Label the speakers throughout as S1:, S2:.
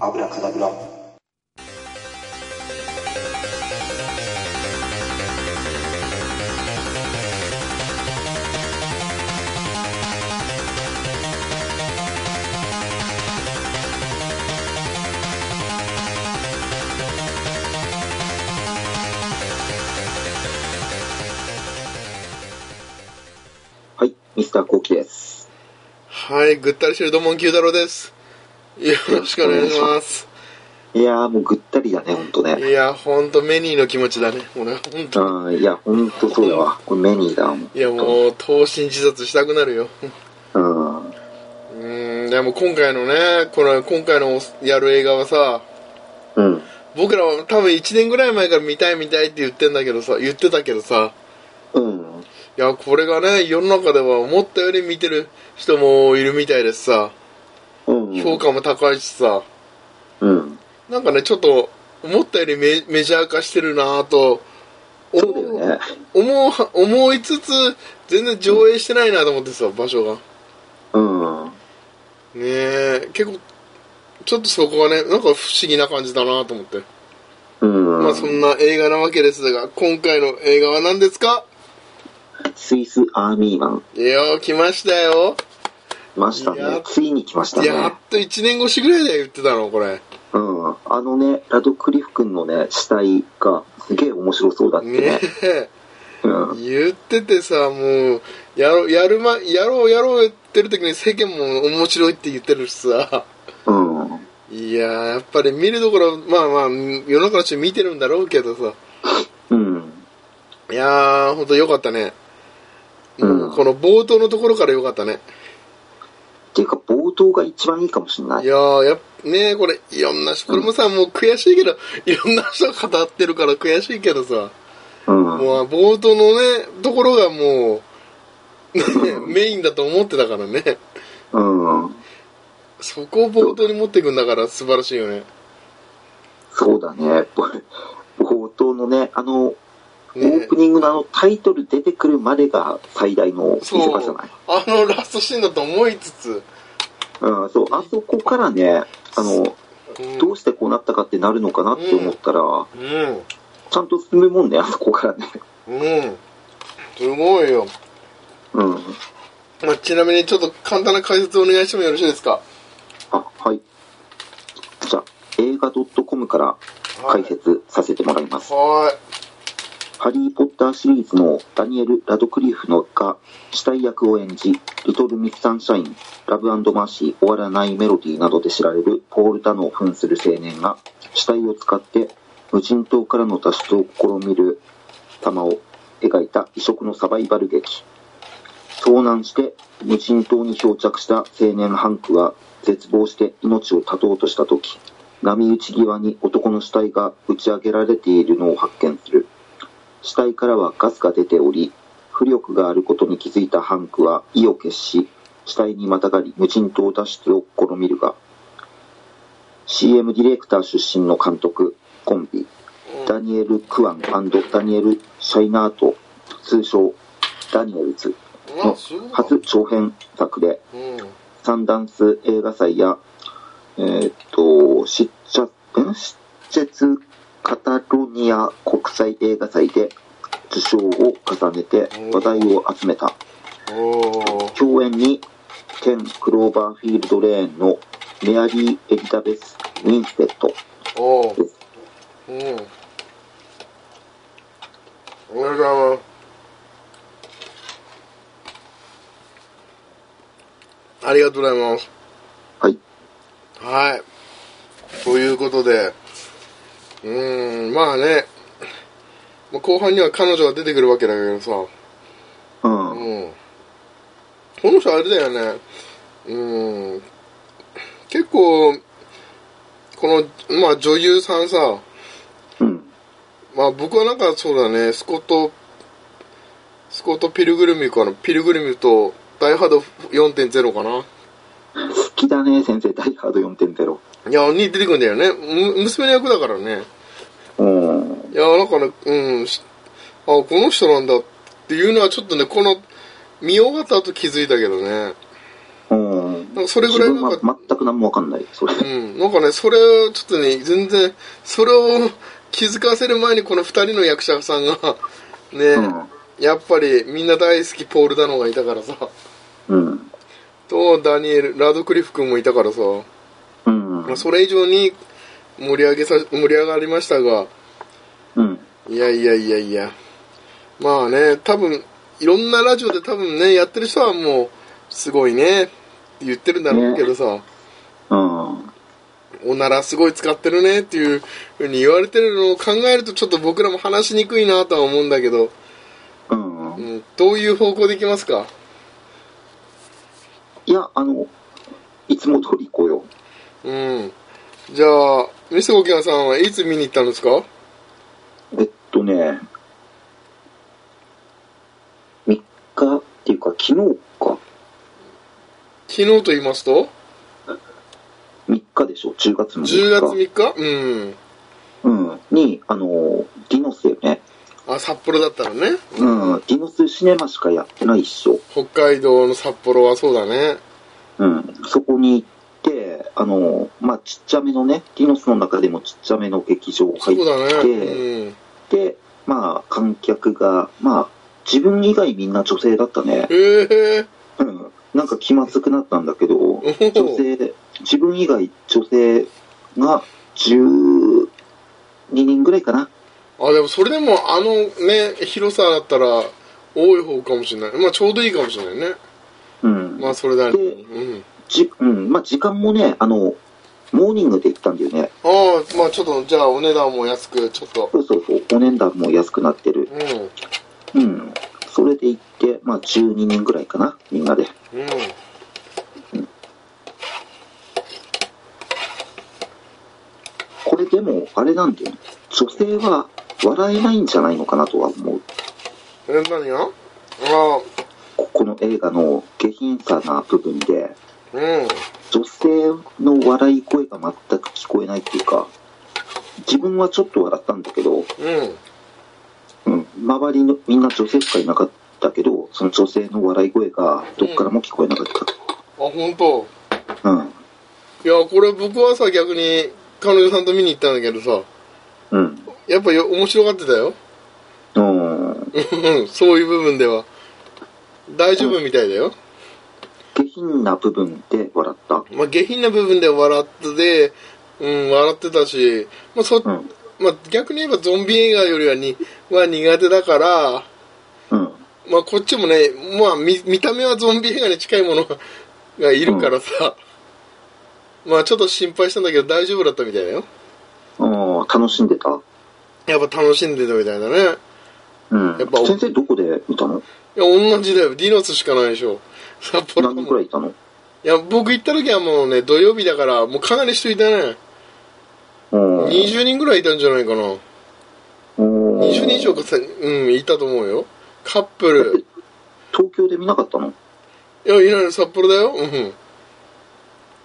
S1: アブラカダブラはいミスターコウキです
S2: はい、ぐったりしてるドモンキュー太郎です。よろしくお願いします。
S1: いやーもうぐったりだねほんと
S2: い
S1: ね
S2: や、ほんとメニーの気持ちだね。もうね、ほんと。
S1: うんいやほんとそうだわこれメニーだもん
S2: いや、もう、投身自殺したくなるよ。
S1: うん
S2: うーん、でも今回のね、この、今回のやる映画はさ、
S1: うん
S2: 僕らは多分1年ぐらい前から見たい見たいって言ってんだけどさ、言ってたけどさ、
S1: うん
S2: いや、これがね、世の中では思ったより見てる人もいるみたいですさ、
S1: うん
S2: 評価も高いしさ、
S1: うん
S2: なんかね、ちょっと、思ったよりメメジャー化してるなぁと、
S1: そうだよね
S2: 思う思いつつ全然上映してないなと思ってさ場所がね
S1: うん
S2: え結構ちょっとそこはねなんか不思議な感じだなと思って、
S1: うん、
S2: まあそんな映画なわけですが今回の映画は何ですか
S1: スイスアーミーマン
S2: いやー来ましたよ
S1: ました
S2: いや
S1: ねついに来ましたね
S2: やっと1年越しぐらいで言ってたのこれ
S1: うん、あのね、ラドクリフ君のね、死体がすげえ面白そうだってね。
S2: ねえ
S1: うん、
S2: 言っててさもうやろやる、ま、やろうやろう言ってる時に世間も面白いって言ってるしさ
S1: うん、
S2: いやーやっぱり見るところまあまあ世の中の人見てるんだろうけどさ
S1: うん、
S2: いやー、ほんとよかったね。
S1: うん
S2: この冒頭のところからよかったね。
S1: っていうか、冒頭が一番いいかもしれないい。
S2: やー、やっねこれ、いろんな人、これもさ、もう悔しいけど、いろんな人が語ってるから悔しいけどさ、
S1: うん、
S2: もう冒頭のね、ところがもう、ね、メインだと思ってたからね。
S1: うん、
S2: そこを冒頭に持ってくんだから素晴らしいよね。
S1: そうだね。ぼ冒頭のね、あの、オ
S2: ね
S1: ープニングのあのタイトル出てくるまでが最大の見せ
S2: そ
S1: 場じゃ
S2: う
S1: ない。。
S2: あのラストシーンだと思いつつ、
S1: うん、そう、あそこからね、あの、
S2: うん
S1: どうしてこうなったかってなるのかなって思ったら、
S2: うん。
S1: ちゃんと進むもんね、あそこからね。
S2: うん。すごいよ。
S1: うん。
S2: まあ、ちなみにちょっと簡単な解説をお願いしてもよろしいですか
S1: あ、はい。じゃあ、映画 .com から解説させてもらいます。
S2: は
S1: ハリー・ポッターシリーズのダニエル・ラドクリフのが死体役を演じ、リトル・ミス・サンシャイン、ラブマーシー、終わらないメロディーなどで知られるポール・ダノを扮する青年が死体を使って無人島からの脱出を試みる玉を描いた異色のサバイバル劇。遭難して無人島に漂着した青年ハンクは絶望して命を絶とうとした時、波打ち際に男の死体が打ち上げられているのを発見する。死体からはガスが出ており、浮力があることに気づいたハンクは意を決し、死体にまたがり無人島脱出を試みるが、CM ディレクター出身の監督、コンビ、ダニエル・クワンダニエル・シャイナート、通称ダニエルズ
S2: い。
S1: の初長編作で、
S2: うん。
S1: サンダンス映画祭や、えーっと、シッチャ、んシッチェツ・カタロニア国際映画祭で受賞を重ねて話題を集めた。
S2: おー。
S1: 共演に、ケン・クローバーフィールド・レーンのメアリー・エリザベス・ウィンステッド
S2: おー
S1: です。
S2: うん。お願いします。ありがとうございます。
S1: はい。
S2: はい。ということで、うーん、まあね、まあ後半には彼女が出てくるわけだけどさ、
S1: うん。
S2: うんこの人あれだよねうん結構このまあ女優さんさ
S1: うん。
S2: まあ僕はなんかそうだねスコットスコット・ピルグルミかなピルグルミと「ダイハード4.0」か
S1: 好
S2: な
S1: きだね、先生、ダイハード4.0。
S2: いやに出てくんだよねむ娘の役だからね
S1: うん。
S2: いやなんかねうんしあこの人なんだっていうのはちょっとねこの見終わった後気づいたけどね
S1: うん。
S2: なんかそれぐ
S1: 自
S2: らい
S1: 分
S2: なん
S1: は
S2: か、
S1: 全く何もわかんない。それ。
S2: うん、なんかね、それをちょっとね、全然、それを気づかせる前にこの二人の役者さんが、ね、
S1: うん
S2: やっぱりみんな大好きポール・ダノがいたからさ、
S1: うん。
S2: とダニエル、ラドクリフ君もいたからさ、
S1: うん。
S2: まあ、それ以上に盛り上げさ、盛り上がりましたが、
S1: うん。
S2: いやいやいやいや。まあね、多分、いろんなラジオで多分ね、やってる人はもう、すごいね、って言ってるんだろうけどさ、
S1: うん。
S2: おならすごい使ってるねっていうふうに言われてるのを考えるとちょっと僕らも話しにくいなとは思うんだけど、
S1: うん
S2: う。ん、どういう方向でいきますか
S1: いや、あの、いつも通り行こうよ。
S2: うん。じゃあ、ミスコキンさんはいつ見に行ったんですか
S1: えっとね、3日っていうか、昨日か。
S2: 昨日と言いますと
S1: 3日でしょ ?10 月の3日。
S2: ?10 月3日うん。
S1: うん。に、あの、ディノスよね。
S2: あ、札幌だったらね。
S1: うん。ディノスシネマしかやってないっしょ。
S2: 北海道の札幌はそうだね。
S1: うん。そこに行って、あの、まあ、ちっちゃめのね、ディノスの中でもちっちゃめの劇場入
S2: そうだ
S1: っ
S2: ね。
S1: て、
S2: うん。
S1: で、まあ、観客が、まあ、自分以外みんな女性だったね。
S2: ええ
S1: うん。なんか気まずくなったんだけど、
S2: おほ
S1: 女
S2: ほ
S1: 性で、自分以外女性が12人ぐらいかな。
S2: あ、でもそれでもあのね、広さだったら多い方かもしれない。まあちょうどいいかもしれないね。
S1: うん。
S2: まあそれなりに。
S1: で
S2: うん。
S1: じうん、まあ時間もね、あの、モーニングで行ったんだよね。
S2: ああ、まあちょっと、じゃあお値段も安く、ちょっと。
S1: そうそうそう、お値段も安くなってる。
S2: うん。う
S1: う
S2: ん。
S1: ん。それで行って、まあ12人ぐらいかな、みんなで。これでも、あれなんだよね。女性は笑えないんじゃないのかなとは思う。
S2: え、何がああ、
S1: ここの映画の下品さな部分で、
S2: うん。
S1: 女性の笑い声が全く聞こえないっていうか、自分はちょっと笑ったんだけど、
S2: うん。
S1: うん、周りのみんな女性しかいなかったけど、その女性の笑い声がどっからも聞こえなかっ
S2: あ、本当。
S1: た。うん、
S2: いや、これ僕はさ、逆に彼女さんと見に行ったんだけどさ、
S1: うん、
S2: やっぱよ面白がってたよ。
S1: うん。
S2: うんそういう部分では。大丈夫みたいだよ。
S1: 下品な部分で笑った。
S2: まあ、下品な部分で笑ってて、うん、笑ってたし、まあそ
S1: うん、
S2: まあ、逆に言えばゾンビ映画よりはには苦手だから、
S1: うん、
S2: まあ、こっちもね、まあ見、見た目はゾンビ映画に近いものががいるからさ、まあちょっと心配したんだけど大丈夫だったみたいだよ。
S1: うん、楽しんでた。
S2: やっぱ楽しんでたみたいだね。
S1: うん
S2: やっぱ。
S1: 先生どこで見たの
S2: いや、同じだよ。ディノスしかないでしょ。札幌
S1: 何人
S2: だも
S1: く
S2: ん。
S1: ら
S2: い
S1: いいたの
S2: や、僕行った時はもうね、土曜日だから、もうかなり人いたね。
S1: うん。
S2: 20人ぐらいいたんじゃないかな。
S1: うん
S2: 20人以上かさ、うん、いたと思うよ。カップル。
S1: 東京で見なかったの
S2: いや、いないの札幌だよ。うん。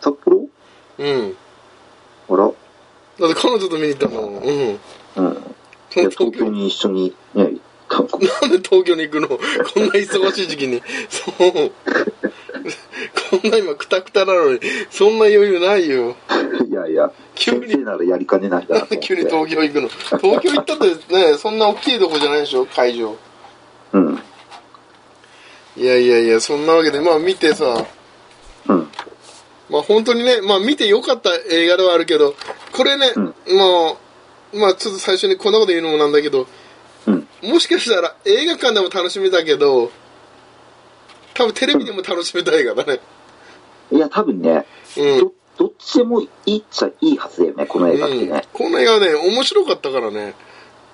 S1: 札幌
S2: うん。
S1: あら。
S2: だって彼女と見に行ったもん。うん。
S1: うん。
S2: そ
S1: いや
S2: の
S1: 東京
S2: 東京
S1: に一緒にね、行ったのか
S2: なんで東京に行くの こんな忙しい時期に。そう。こんな今クタクタなのに、そんな余裕ないよ。
S1: いやいや、
S2: 急
S1: 先
S2: に
S1: 生ならやりかねないだ
S2: な
S1: なんと
S2: で
S1: 思っ
S2: 急に
S1: て。
S2: 東京行くの東京行ったってね、そんな大きいとこじゃないでしょ、会場。
S1: うん。
S2: いやいやいや、そんなわけで、まあ見てさ、
S1: うん。
S2: まあ本当にね、まあ見てよかった映画ではあるけど、これね、
S1: うん
S2: もう、まあちょっと最初にこんなこと言うのもなんだけど、
S1: うん。
S2: もしかしたら映画館でも楽しめたけど、多分テレビでも楽しめた映画だね。
S1: いや、多分ね、
S2: うん。
S1: どどっちでもいいっちゃいいはずだよね、この映画って
S2: うん
S1: ね。、
S2: この映画はね、面白かったからね。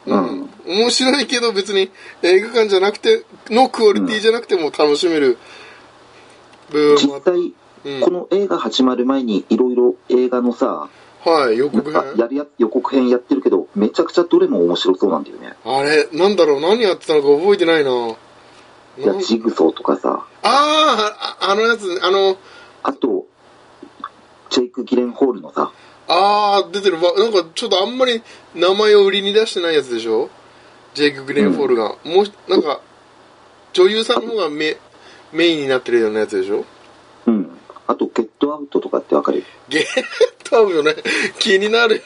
S1: うん。
S2: 面白いけど別に映画館じゃなくて、のクオリティじゃなくても楽しめる部分もあ
S1: 実
S2: って。
S1: 際、
S2: うん
S1: この映画始まる前にいろいろ映画のさ、
S2: はい、予
S1: なん
S2: 告
S1: か
S2: 編。
S1: やるや予告編やってるけど、めちゃくちゃどれも面白そうなんだよね。
S2: あれ、なんだろう、何やってたのか覚えてないな。
S1: いや
S2: な、ん
S1: ジグソーとかさ、
S2: あーあ、あのやつね、あの、
S1: あと、ジェイク・ギレンホールのさ、
S2: ああ、出てるわ。なんかちょっとあんまり名前を売りに出してないやつでしょジェイク・グレンフォールが。もう、なんか、女優さんの方がメメインになってるようなやつでしょ
S1: うん。あと、ゲットアウトとかってわかる
S2: ゲートアウトね、気になる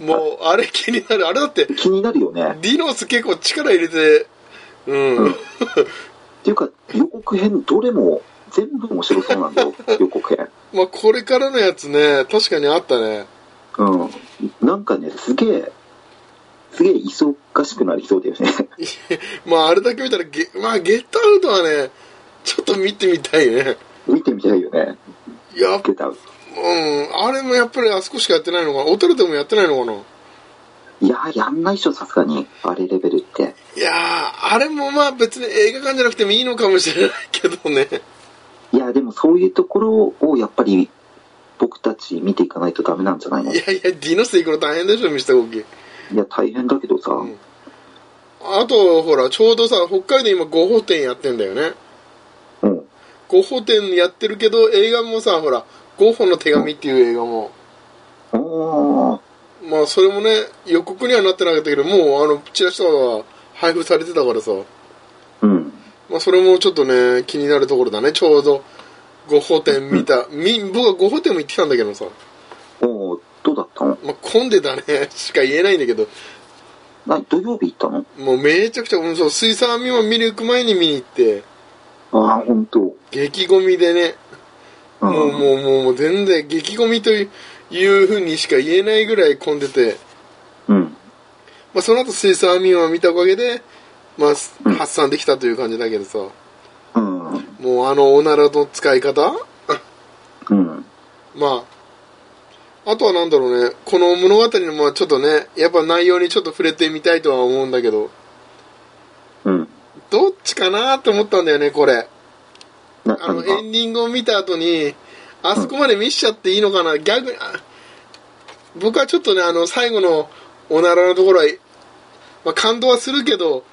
S2: な。もう、あれ気になる。あれだって、
S1: 気になるよね。
S2: ディノス結構力入れて、うん。
S1: っていうか、予告編どれも全部面白そうなんだ よ、予告編。
S2: まあ、これからのやつね、確かにあったね。
S1: うん。なんかね、すげえ、すげえ忙しくなりそうだよね。
S2: まあ、あれだけ見たらゲ、まあ、ゲットアウトはね、ちょっと見てみたいね。
S1: 見てみたいよね。
S2: いや、
S1: ゲタウ
S2: うん、あれもやっぱりあそこしかやってないのかな。オタルでもやってないのかな。
S1: いやー、やんないっしょ、さすがに。あれレベルって。
S2: いやー、あれもまあ別に映画館じゃなくてもいいのかもしれないけどね。
S1: いやー、でもそういうところをやっぱり僕たち見ていかないとダメなんじゃないの
S2: い
S1: い
S2: やいや、ディノス行くの大変でしょ、ミスターゴキ。
S1: や、大変だけどさ。
S2: んあと、ほら、ちょうどさ、北海道今合法店やってんだよね。
S1: うん。
S2: 合法店やってるけど、映画もさ、ほら、ゴッホの手紙っていう映画も、
S1: おー、
S2: まあそれもね、予告にはなってなかったけど、もうあの、チラシとかは配布されてたからさ、
S1: うん。
S2: まあそれもちょっとね、気になるところだね、ちょうど。ゴッホ店見た、み、僕はゴッホ店も行ってたんだけどさ、
S1: おー、どうだったの
S2: まあ混んでたね、 しか言えないんだけど、
S1: な土曜日行ったの
S2: もうめちゃくちゃ、うんそう、水産見も見に行く前に見に行って、
S1: ああ、ほんと。
S2: 激ゴミでね、
S1: うん。
S2: もうもうもうもう全然激ゴミといういうふうにしか言えないぐらい混んでて、
S1: うん。
S2: まあ、その後水産民は見たおかげで、まあ、す発散できたという感じだけどさ
S1: うん。
S2: もうあのおならの使い方
S1: うん。
S2: まああとはなんだろうねこの物語のまあちょっとねやっぱ内容にちょっと触れてみたいとは思うんだけど
S1: うん。
S2: どっちかなと思ったんだよねこれ
S1: な、
S2: あの
S1: 何
S2: エ
S1: が
S2: ンディングを見た後にあそこまで見しちゃっていいのかなギャグあ僕はちょっとねあの最後のおならのところは、まあ、感動はするけど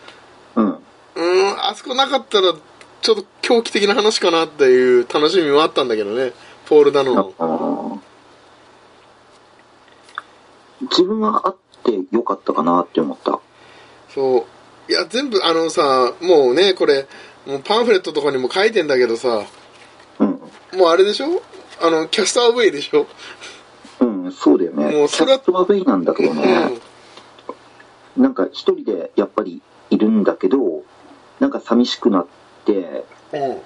S1: うん。
S2: うーん、あそこなかったら、ちょっと狂気的な話かなっていう楽しみもあったんだけどね、ポール・ダノン
S1: あ
S2: の。
S1: ー自分は会ってよかったかなって思った。
S2: そう。いや、全部、あのさ、もうね、これ、もうパンフレットとかにも書いてんだけどさ、
S1: うん。
S2: もうあれでしょあの、キャスターウェイでしょ
S1: うん、そうだよね。
S2: もうそれは
S1: キャットアウェイなんだけど
S2: う
S1: ね、
S2: ん。
S1: なんか一人でやっぱりいるんだけど、なんか寂しくなって、
S2: うん。
S1: っ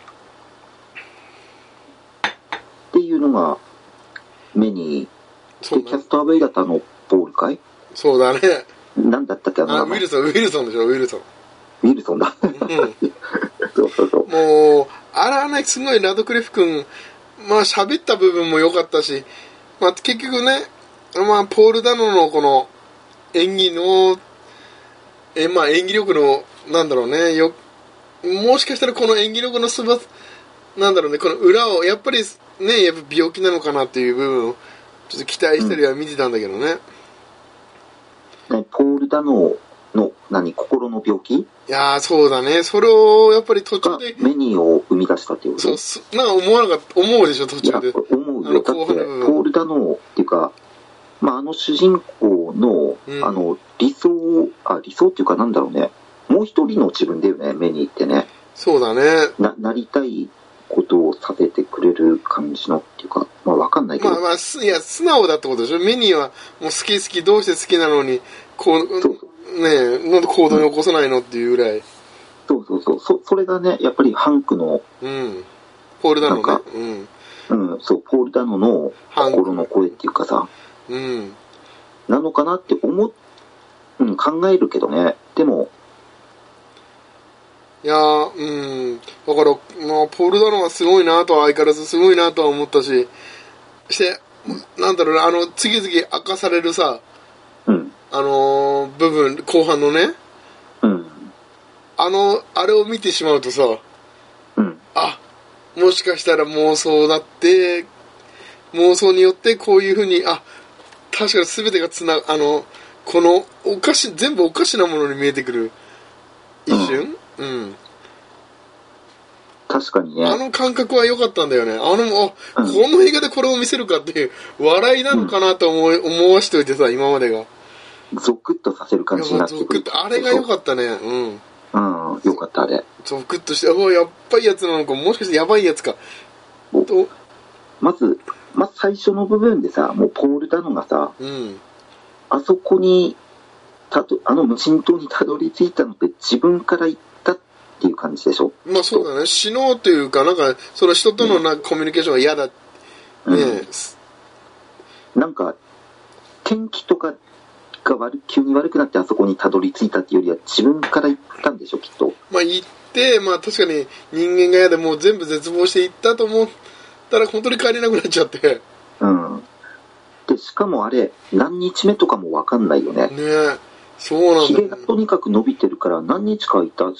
S1: ていうのが目に、
S2: そ
S1: で、
S2: う
S1: キャ
S2: だ
S1: ストアウェイ型のボールかい
S2: そうだね。
S1: なんだったっけあ
S2: あ、
S1: の
S2: ウ
S1: 名
S2: ィ
S1: 前
S2: ルソン、ウィルソンでしょ、ウィルソン。
S1: ウィルソンだ。
S2: う。。
S1: そうそうそうん
S2: もう、あらね、すごいラドクリフ君、まあ喋った部分も良かったし、まあ結局ね、まあポール・ダノのこの演技の、え、まあ演技力の、なんだろうね、よ、もしかしたらこの演技力のすば、なんだろうね、この裏を、やっぱりね、やっぱ病気なのかなっていう部分を、ちょっと期待したりは見てたんだけどね。
S1: ね、ポール・ダノーの何心の病気
S2: いやー、そうだね。それを、やっぱり途中
S1: が
S2: で、
S1: メニューを生み出したっていうこと
S2: そう、すなんか思わなかった、思うでしょ、途
S1: いや
S2: 中で。
S1: 思うよ
S2: あの
S1: だ
S2: 後
S1: ってポ
S2: 半の部分
S1: ール・ダノーっていうか、まあ、あの主人公の,、
S2: うん
S1: あの理想をあ理想っていうかなんだろうねもう一人の自分だよね目に行ってね
S2: そうだね。
S1: ななりたいことをさせてくれる感じのっていうかまあわかんないけど、
S2: まあまあ、すいや、素直だってことでしょ。ミニは、もう好き好き、どうして好きなのに、こう、
S1: そうそ
S2: ねえ、なんで行動に起こさないのっていうぐらい。
S1: そうそうそうそそれがねやっぱりハンクの、
S2: うん。ポールダ
S1: な
S2: ノ
S1: ん
S2: ね
S1: か。
S2: うん。
S1: うん、そうポール・ダノーの
S2: ハンク
S1: 心の声っていうかさ
S2: うん。
S1: なのかなって思っ、うん、考えるけどねでも
S2: いやー、うん。だから、まあ、ポールダノはすごいなとは、相変わらずすごいなとは思ったし、して、なんだろうな、あの、次々明かされるさ、
S1: うん
S2: あのー部分、後半のね、
S1: うん
S2: あの、あれを見てしまうとさ、
S1: うん
S2: あもしかしたら妄想だって妄想によってこういうふうにあ確かに全てがつなあのこのおかし全部おかしなものに見えてくる一瞬、うん
S1: 確かにね
S2: あの感覚は良かったんだよねあのあ、
S1: うん
S2: この映画でこれを見せるかっていう笑いなのかなと思い、思わしといてさ今までが
S1: ゾクッとさせる感じに
S2: や
S1: な
S2: っぱ
S1: って
S2: ゾ
S1: く
S2: ク
S1: る
S2: ッとあれが良かったねうん
S1: たうんよかったあれ
S2: ゾクッとしてあやっばいやつなのかもしかしてやばいやつかと
S1: まず、まず最初の部分でさ、もうポール・ダノがさ、
S2: うん
S1: あそこに、たどあの無人島にたどり着いたのって自分から行ったっていう感じでしょ
S2: まあそうだね死のうというかなんかその人とのなんかコミュニケーションが嫌だね、
S1: うんなんか、天気とかが悪急に悪くなってあそこにたどり着いたっていうよりは自分から行ったんでしょ、きっと。
S2: まあ行ってまあ確かに人間が嫌でもう全部絶望して行ったと思ったら本当に帰れなくなっちゃって
S1: うん。で、しかもあれ、何日目とかもわかんないよね。
S2: ねえそうなん
S1: ヒ
S2: だ
S1: ゲがとにかく伸びてるから何日かいたん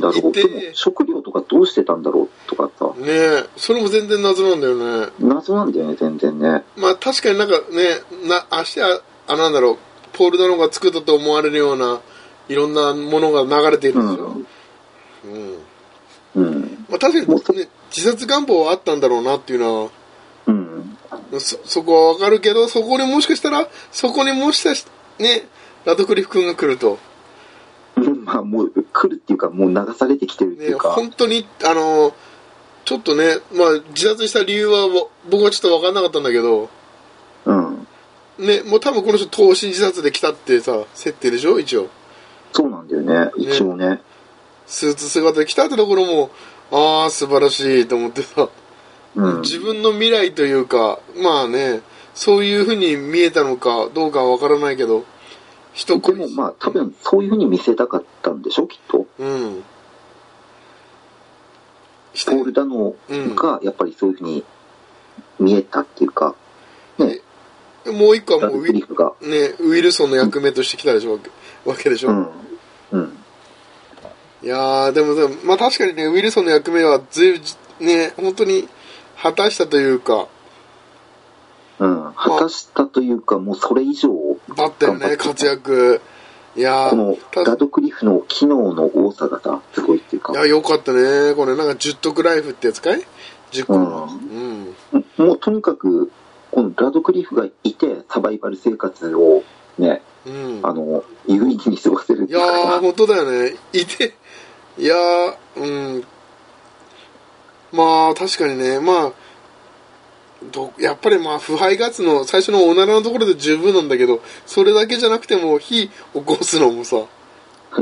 S1: だろ。
S2: いう
S1: で
S2: て
S1: も食料とかどうしてたんだろうとかさ、
S2: ねえそれも全然謎なんだよね
S1: 謎なんだよね、全然ね。
S2: まあ確かになんかねな足ああなんだろうポールダノが作ったと思われるようないろんなものが流れている
S1: うん
S2: ですよ、
S1: ん。
S2: うん
S1: うん。
S2: まあ、確かに、ね、自殺願望はあったんだろうなっていうのは
S1: うん。
S2: そそこはわかるけどそこにもしかしたらそこにもしかしてねラドクリフ君が来ると、
S1: うん まあもう来るっていうか、もう流されてきてるってい
S2: ね、
S1: うか。
S2: 本当にあのちょっとね、まあ、自殺した理由はわ僕はちょっと分かんなかったんだけど、
S1: うん。
S2: ね、もう多分この人投身自殺で来たってさ設定でしょ一応
S1: そうなんだよね、一応ね。
S2: スーツ姿で来たってところもああ素晴らしいと思ってさ
S1: うん。
S2: 自分の未来というかまあねそういうふうに見えたのかどうかは分からないけど人
S1: で
S2: 食い
S1: もまあ多分そういうふうに見せたかったんでしょ、きっと。
S2: うん人
S1: ポール・ダノがやっぱりそういうふうに見えたっていうか、ね、
S2: もう一個は
S1: ラ
S2: も
S1: ド
S2: うウ
S1: クリ
S2: ィ,、
S1: フが。
S2: ね、ウィルソンの役目として来たでしょわけわけでしょ、
S1: うん。うん。
S2: いやーでもでも、まあ、確かにねウィルソンの役目はずいぶんじね本当に果たしたというか
S1: うん。果たしたというか、もうそれ以上、
S2: だったよね
S1: 頑張っ
S2: 活
S1: て
S2: 躍いや
S1: こ
S2: ー
S1: のラドクリフの機能の多さがさ、すごいっていうか
S2: い、やよかったねこれなんか十徳ライフってやつかい10個の
S1: う
S2: うん
S1: もうとにかく、このラドクリフがいて、サバイバル生活をね、
S2: うん
S1: あの、有意義に過ごせるっ
S2: い
S1: てい
S2: や
S1: う
S2: ー
S1: かさ、
S2: 本当だよねいていやーうんまあ確かにねまあどやっぱりまあ腐敗ガスの最初のおならのところで十分なんだけどそれだけじゃなくても火起こすのもさ
S1: は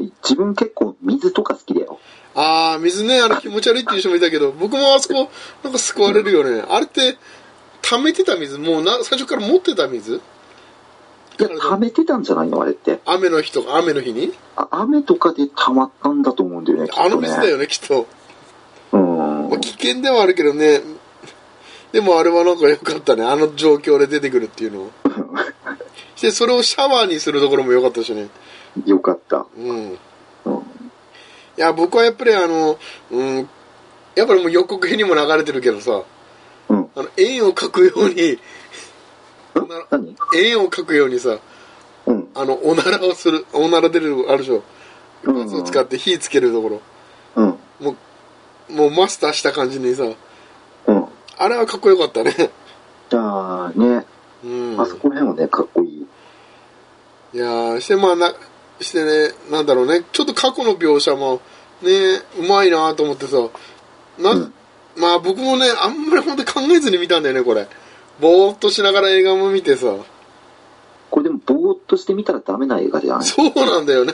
S1: い自分結構水とか好きだよ。
S2: ああ水ねあれ気持ち悪いっていう人もいたけど僕もあそこなんか救われるよねあれって溜めてた水もうな最初から持ってた水
S1: いや、溜めてたんじゃないのあれって。
S2: 雨の日とか雨の日に
S1: あ雨とかで溜まったんだと思うんだよね、きっとね。
S2: あの水だよねきっと
S1: うん
S2: まあ、。危険ではあるけどねでもあれはなんか良かったねあの状況で出てくるっていうのはしてそれをシャワーにするところも良かったしね
S1: よかった。
S2: うんい
S1: うん。
S2: や僕はやっぱりあのうんやっぱりもう予告編にも流れてるけどさ
S1: うん。
S2: あの円を描くようにな
S1: 何
S2: 円を描くようにさ
S1: うん。
S2: あのおならをするおなら出るあるでしょ
S1: うん
S2: ガスを使って火つけるところ
S1: うん。
S2: もうマスターした感じにさ
S1: うん。
S2: あれはかっこよかったね
S1: じゃあね、
S2: うん
S1: あそこら辺はね、かっこいい。
S2: いやーしてまあなしてねなんだろうねちょっと過去の描写もねうまいなと思ってさな、
S1: うん
S2: まあ僕もねあんまり本当考えずに見たんだよねこれぼーっとしながら映画も見てさ
S1: これでも、ぼーっとしてみたらダメな映画じゃない
S2: そうなんだよね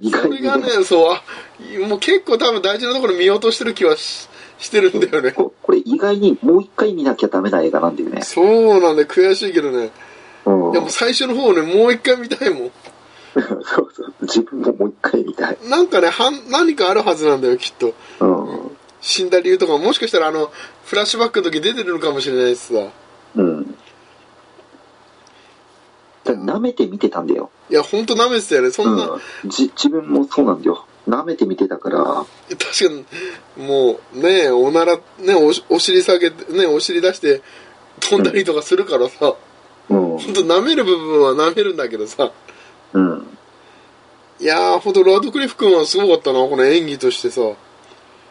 S1: 意
S2: そ
S1: 外
S2: れ
S1: に
S2: がね
S1: ね。
S2: そうあもう結構多分大事なところ見落としてる気はししてるんだよね
S1: ここれ意外にもう一回見なきゃダメな映画なんだよね。
S2: そうなんだよ悔しいけどね
S1: うん。
S2: でも最初の方ねもう一回見たいもん
S1: そうそう。自分ももう一回見たい。
S2: なんかねはん何かあるはずなんだよきっと
S1: うん。
S2: 死んだ理由とかももしかしたらあのフラッシュバックの時出てるのかもしれないですさ
S1: うん。だから舐めて見てたんだよ。
S2: いやほんと舐めてたよねそんな、
S1: うん。じ、自分もそうなんだよ。舐めて見てたから、
S2: 確かにもうねおならねおしお尻下げてねお尻出して飛んだりとかするからさ、
S1: うん。
S2: ほんと舐める部分は舐めるんだけどさ
S1: うん。
S2: いやーほんとラドクリフ君はすごかったなこの演技としてさ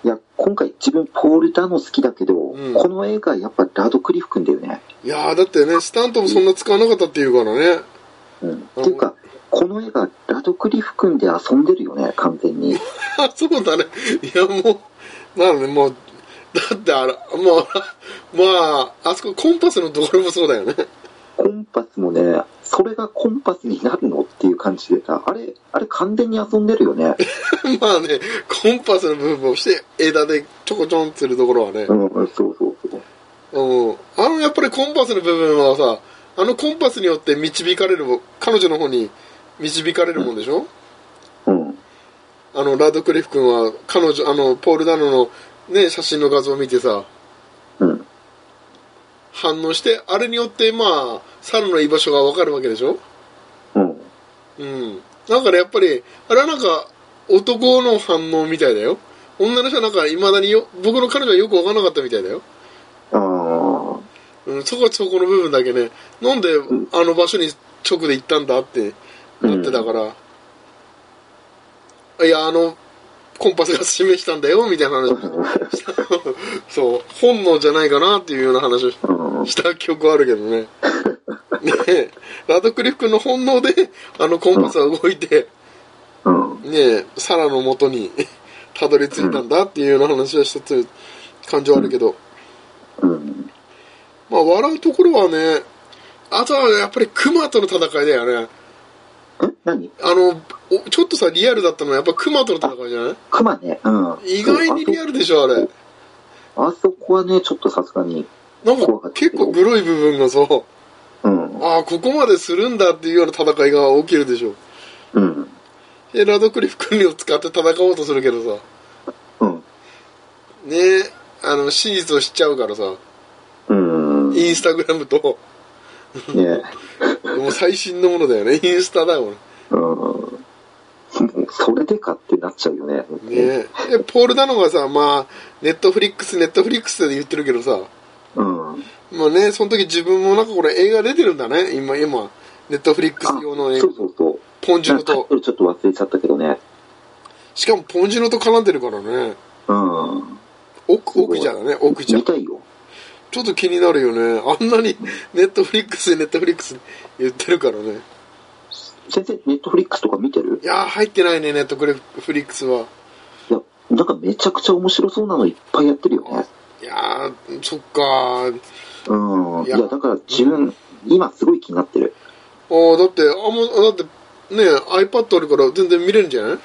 S1: いや、今回自分ポール・ダノ好きだけど、
S2: うん
S1: この映画やっぱラドクリフ君だよね。
S2: いやーだってねスタントもそんな使わなかったっていうからね
S1: うん。っていうか、この映画ラドクリフ君で遊んでるよね、完全に。
S2: あそうだねいやもうまあねもうだってあら、まあ、まあ、あそこコンパスのところもそうだよね。
S1: コンパスもね、それがコンパスになるのっていう感じでさ、あれ、あれ完全に遊んでるよね。
S2: まあね、コンパスの部分をして枝でちょこちょんするところはね
S1: う。ん、うんそうそうそう。
S2: うん。あの、やっぱりコンパスの部分はさ、あのコンパスによって導かれるも、彼女の方に導かれるもんでしょ、
S1: うん。
S2: あの、ラドクリフ君は、彼女、あの、ポール・ダノのね、写真の画像を見てさ、
S1: うん。
S2: 反応して、あれによって、まあ、猿の居場所がわかるわけでしょ
S1: うん。
S2: うん。だからやっぱり、あれはなんか、男の反応みたいだよ。女の人はなんか、未だによ、僕の彼女はよくわからなかったみたいだよ。
S1: ああ。
S2: うん、そこはそこの部分だけね、なんで
S1: ん
S2: あの場所に直で行ったんだってなってたから、いや、あの、コンパスが示したんだよ、みたいな話。そう、本能じゃないかなっていうような話をし
S1: うん。
S2: した記憶はあるけどね。ねえラドクリフ君の本能で、あのコンパスが動いて、
S1: うん。
S2: ねえ、サラのもとにたどり着いたんだっていうような話はしたという感じはあるけど、
S1: うん。
S2: まあ笑うところはね、あとはやっぱりクマとの戦いだよね。
S1: え何
S2: あの、おちょっとさ、リアルだったのはやっぱクマとの戦いじゃない
S1: 熊ね。うん。
S2: 意外にリアルでしょ、あれ。
S1: そうあそあそこはね、ちょっとさすがに。
S2: なんか結構グロい部分がさ、
S1: うん。
S2: ああ、ここまでするんだっていうような戦いが起きるでしょ。
S1: うん。
S2: で、ラドクリフ君を使って戦おうとするけどさ、
S1: うん。
S2: ねえ、あの、手術をしちゃうからさ、
S1: うん。ね
S2: インスタグラムと、もう最新のものだよね。インスタだよね。
S1: うん。 もうそれでかってなっちゃうよね。
S2: ねえ。でポール・ダノがさ、まあ、ネットフリックス、ネットフリックスで言ってるけどさ、
S1: うん。
S2: まあね、その時自分もなんかこれ映画出てるんだね。今、今、ネットフリックス用の映
S1: そ
S2: 画
S1: う。そうそう。
S2: ポンジュ
S1: なん
S2: ノ
S1: かタイ
S2: と
S1: ト、ルちょっと忘れちゃったけどね。
S2: しかもポンジュノと絡んでるからね。
S1: うん。
S2: 奥、奥じゃだね、奥じゃ
S1: 見。たいよ。
S2: ちょっと気になるよね。あんなに ネットフリックス、ネットフリックス言ってるからね。
S1: 先生、ネットフリックスとか見てる
S2: いやー、入ってないね、ネットフリックスは。
S1: いや、なんかめちゃくちゃ面白そうなのいっぱいやってるよね。
S2: いやー、そっかー。
S1: うん。
S2: い
S1: い
S2: や
S1: や、だから自分、今すごい気になってる。
S2: あーだって、あんま、だって、ね、iPad あるから全然見れるんじゃない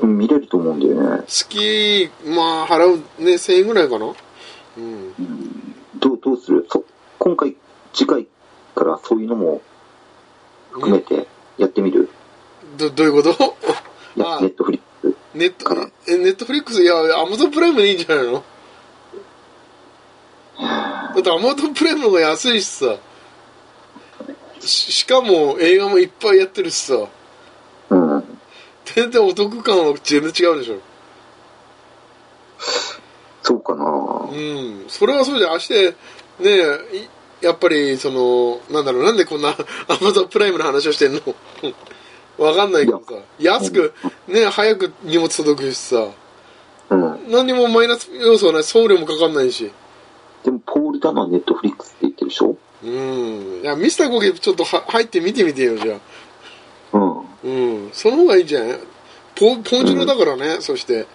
S1: うん、見れると思うんだよね。
S2: 月、まあ、払う、ね、1000円ぐらいかな。うん。
S1: どう、どうするそ、今回、次回からそういうのも含めてやってみる、
S2: ど、どういうこと
S1: い
S2: あ
S1: や、ネットフリック
S2: ネット
S1: から、
S2: え、ネットフリックス、いや、アマゾンプライムでいいんじゃないのだってアマゾンプライムの方が安いしさ。ししかも映画もいっぱいやってるしさ。
S1: ス。うん。
S2: 全然お得感は全然違うでしょ。
S1: そうかな
S2: うん。それはそうじゃん。足で、ねえ、いやっぱり、その、なんだろう、なんでこんなアマゾンプライムの話をしてんの わかんないけどさ。安く、ねえ、早く荷物届くしさ。
S1: うん。
S2: 何にもマイナス要素はない。送料もかかんないし。
S1: でも、ポール・ダノはネットフリックスって言ってるでしょ
S2: うん。いや、ミスターコケちょっとは入って見てみてよ、じゃあ。
S1: う
S2: うん。その方がいいんじゃないポポンジュロだからね、そして。
S1: ん。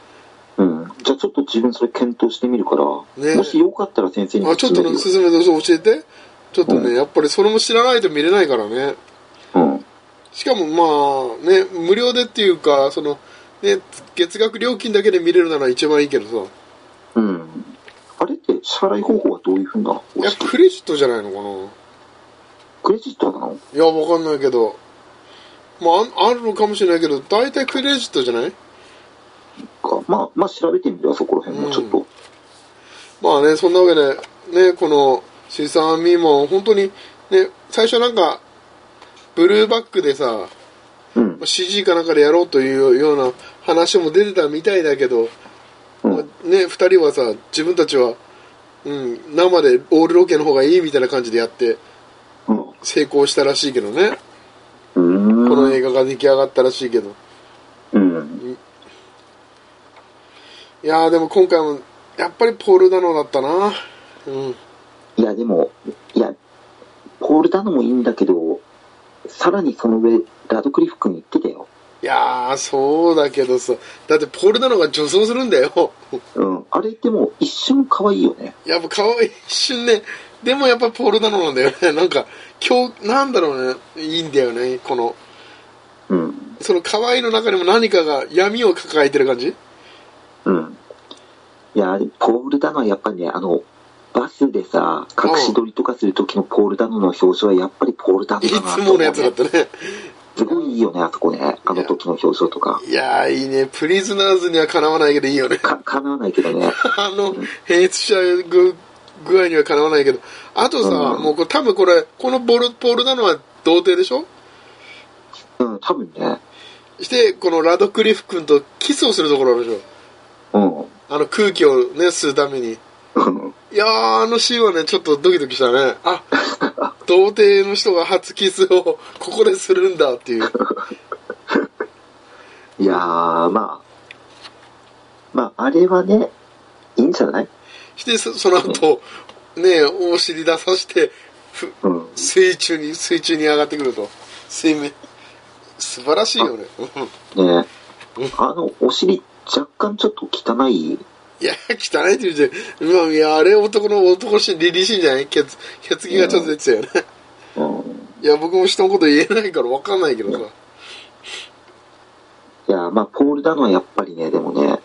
S1: うん。じゃあちょっと自分それ検討してみるから、
S2: ね
S1: もしよかったら先生に
S2: あ、ちょっとね、
S1: 勧
S2: 進めてそう教えて。ちょっとね、
S1: う
S2: やっぱりそれも知らないと見れないからね。
S1: めるよ
S2: しかもまあ、ね、無料でっていうか、その、ね、月額料金だけで見れるなら一番いいけどさ。
S1: うん。うん。あれって支払い方法はどういうふうない
S2: や、クレジットじゃないのか
S1: クレジットなの
S2: ないや、わかんないけど。まあ、ああるのかもしれないけど、大体クレジットじゃない
S1: か。まあ、まあ調べてみるわ、そこら辺もちょっと。
S2: まあね、そんなわけで、ね、この、シーサーミーも本当に、ね、最初なんか、ブルーバックでさ、
S1: うん。
S2: CG かなんかでやろうというような話も出てたみたいだけど、
S1: うん
S2: まあね、二人はさ、自分たちは、うん、生でオールロケの方がいいみたいな感じでやって、
S1: うん。う
S2: 成功したらしいけどね。
S1: ーん。
S2: この映画が出来上がったらしいけど。
S1: うん。
S2: いやーでも今回も、やっぱりポールダノだったな。うん。
S1: いや、でも、いや、ポール・ダノもいいんだけど、さらにその上、ラドクリフ君言ってたよ。
S2: いやー、そうだけどさ。だってポールなのが女装するんだよ。
S1: うん。あれでも一瞬可愛いよね。
S2: やっぱ可愛い一瞬ね。でもやっぱポールなのなんだよね。 なんか、今日、なんだろうね。いいんだよね。この、
S1: うん。
S2: その可愛いの中にも何かが闇を抱えてる感じ
S1: うん。いや、あれポールダノはやっぱね、あの、バスでさ、隠し撮りとかする時のポールダノの表情はやっぱりポールダノ
S2: い
S1: だな
S2: つ
S1: と思
S2: も
S1: う、
S2: の
S1: ね。
S2: やつだったね。
S1: すごいいいよね、あそこね。あの時の表情とか。
S2: いやー、いいね。プリズナーズにはかなわないけどいいよね。
S1: か、かなわないけどね。
S2: あの、変質者具具合にはかなわないけど。あとさ、
S1: うん
S2: もうこれ多分これ、このボルポールなのは童貞でしょ
S1: うん、多分ね。
S2: して、このラドクリフ君とキスをするところあるでしょ
S1: うん。
S2: あの空気をね、吸うために。
S1: うん
S2: いやー、あのシーンはね、ちょっとドキドキしたね。あ、童貞の人が初キスをここでするんだっていう。
S1: いやー、まあ。まあ、あれはね、いいんじゃない
S2: して、そその後、ね、お尻出さして、ふ
S1: うん。
S2: 水中に、水中に上がってくると。水面。素晴らしいよね。うん
S1: ねあの、お尻、若干ちょっと汚い。
S2: いや、汚いって言うじゃん。まあ、いや、あれ男の男し、リリしいんじゃない血、血気がちょっと出てたよね。
S1: うん。
S2: いや、僕も人のこと言えないから分かんないけどさ。
S1: いや、まあ、ポールダノはやっぱりね、でもね、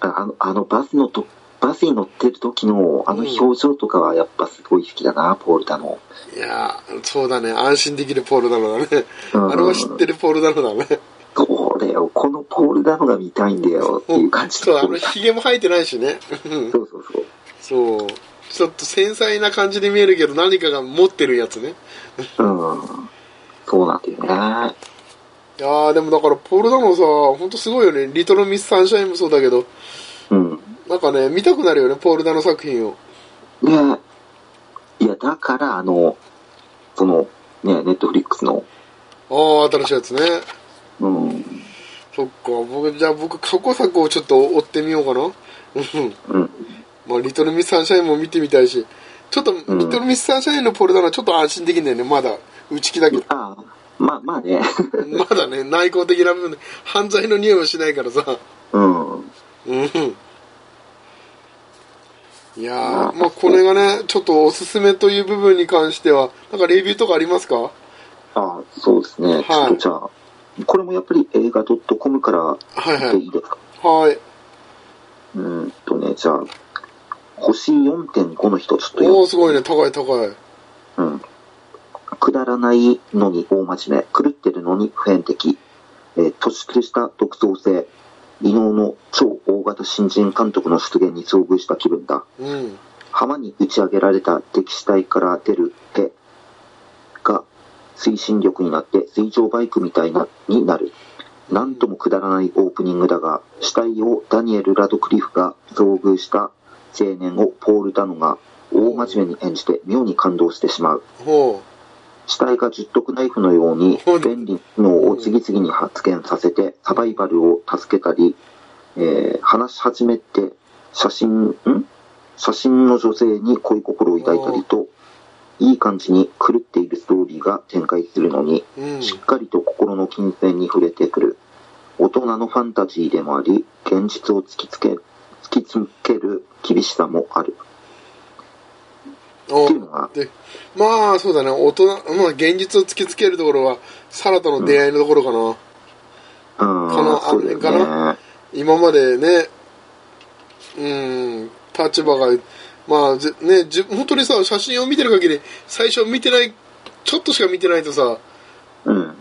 S1: ああの、あのバスのと、バスに乗ってる時の、あの表情とかはやっぱすごい好きだな、ポールダノ。
S2: いや、そうだね。安心できるポールだろうだね。
S1: うん
S2: あれは知ってるポールだろうだね。
S1: これを、このポールダノが見たいんだよっていう感じ
S2: そう、あの、ヒゲも生えてないしね。うん
S1: そうそうそう。
S2: そう。ちょっと繊細な感じに見えるけど、何かが持ってるやつね。
S1: うん。そうなんだよね。
S2: いやー、でもだから、ポールダノさ、ほんとすごいよね。リトルミス・サンシャインもそうだけど、
S1: うん。
S2: なんかね、見たくなるよね、ポールダノ作品を。
S1: ねいや、だから、あの、その、ね、ネットフリックスの、
S2: ああ、新しいやつね。
S1: うん、
S2: そっか、僕、じゃあ僕、過去作をちょっと追ってみようかな。うん。
S1: うん、
S2: まあ、リトルミス・サンシャインも見てみたいし、ちょっと、
S1: うん
S2: リトルミス・サンシャインのポールダノはちょっと安心できんだよね、まだ。内気だけど。
S1: ああ、まあまあね、
S2: まだね、内向的な部分で、犯罪の匂いはしないからさ。
S1: うん、
S2: うん。いやー、まあ、これがね、ちょっとおすすめという部分に関しては、なんかレビューとかありますか
S1: ああ、そうですね、ちょっとじゃあ、これもやっぱり映画 .com からでいいですか、
S2: はい。
S1: うーんとね、じゃあ、星4.5の人、ちょっと
S2: お
S1: よ
S2: お、すごいね、高い高い。
S1: うん。くだらないのに大真面目、狂ってるのに普遍的、えー突出した独創性、異能の超大型新人監督の出現に遭遇した気分だ。
S2: うん。
S1: 浜に打ち上げられた敵死体から出る手が推進力になって水上バイクみたいなになる。なんともくだらないオープニングだが、死体をダニエル・ラドクリフが遭遇した青年をポール・ダノが大真面目に演じて妙に感動してしまう。
S2: ほ
S1: 死体が十徳ナイフのように便利機能を次々に発見させてサバイバルを助けたり、えー話し始めて写真ん写真の女性に恋心を抱いたりといい感じに狂っているストーリーが展開するのに
S2: う。うん。
S1: しっかりと心の金銭に触れてくる大人のファンタジーでもあり現実を突きつけ突きつける厳しさもある
S2: お
S1: っていうのが
S2: で、まあ、そうだね、大人、まあ、現実を突きつけるところは、サラとの出会いのところかな。
S1: う
S2: こ
S1: ーん
S2: の
S1: そうだよ
S2: あれか
S1: ね
S2: 今までね、うん、立場が、まあ、ぜね、じ本当にさ、写真を見てる限り、最初見てない、ちょっとしか見てないとさ、
S1: うん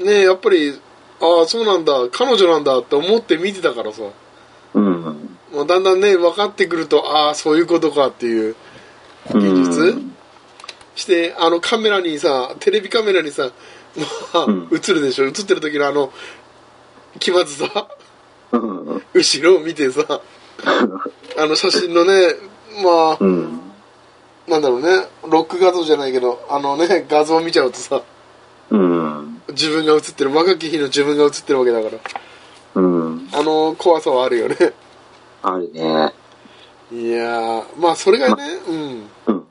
S2: ね、やっぱり、ああ、そうなんだ、彼女なんだって思って見てたからさ、
S1: うん
S2: まあ、だんだんね、分かってくると、ああ、そういうことかって
S1: う
S2: いう。
S1: ん
S2: 現実して、あのカメラにさ、テレビカメラにさ、まあ
S1: うん、
S2: 映るでしょ、映ってる時のあの、気まずさ、
S1: うん
S2: 後ろを見 てさ、あの写真のね、まあ、
S1: うん
S2: なんだろうね、ロック画像じゃないけど、あのね、画像を見ちゃうとさ、
S1: うん
S2: 自分が映ってる、若き日の自分が映ってるわけだか
S1: う
S2: ら、
S1: ん
S2: あの怖さはあるよね。
S1: あるね
S2: いやー、まあそれがね、うん。
S1: うん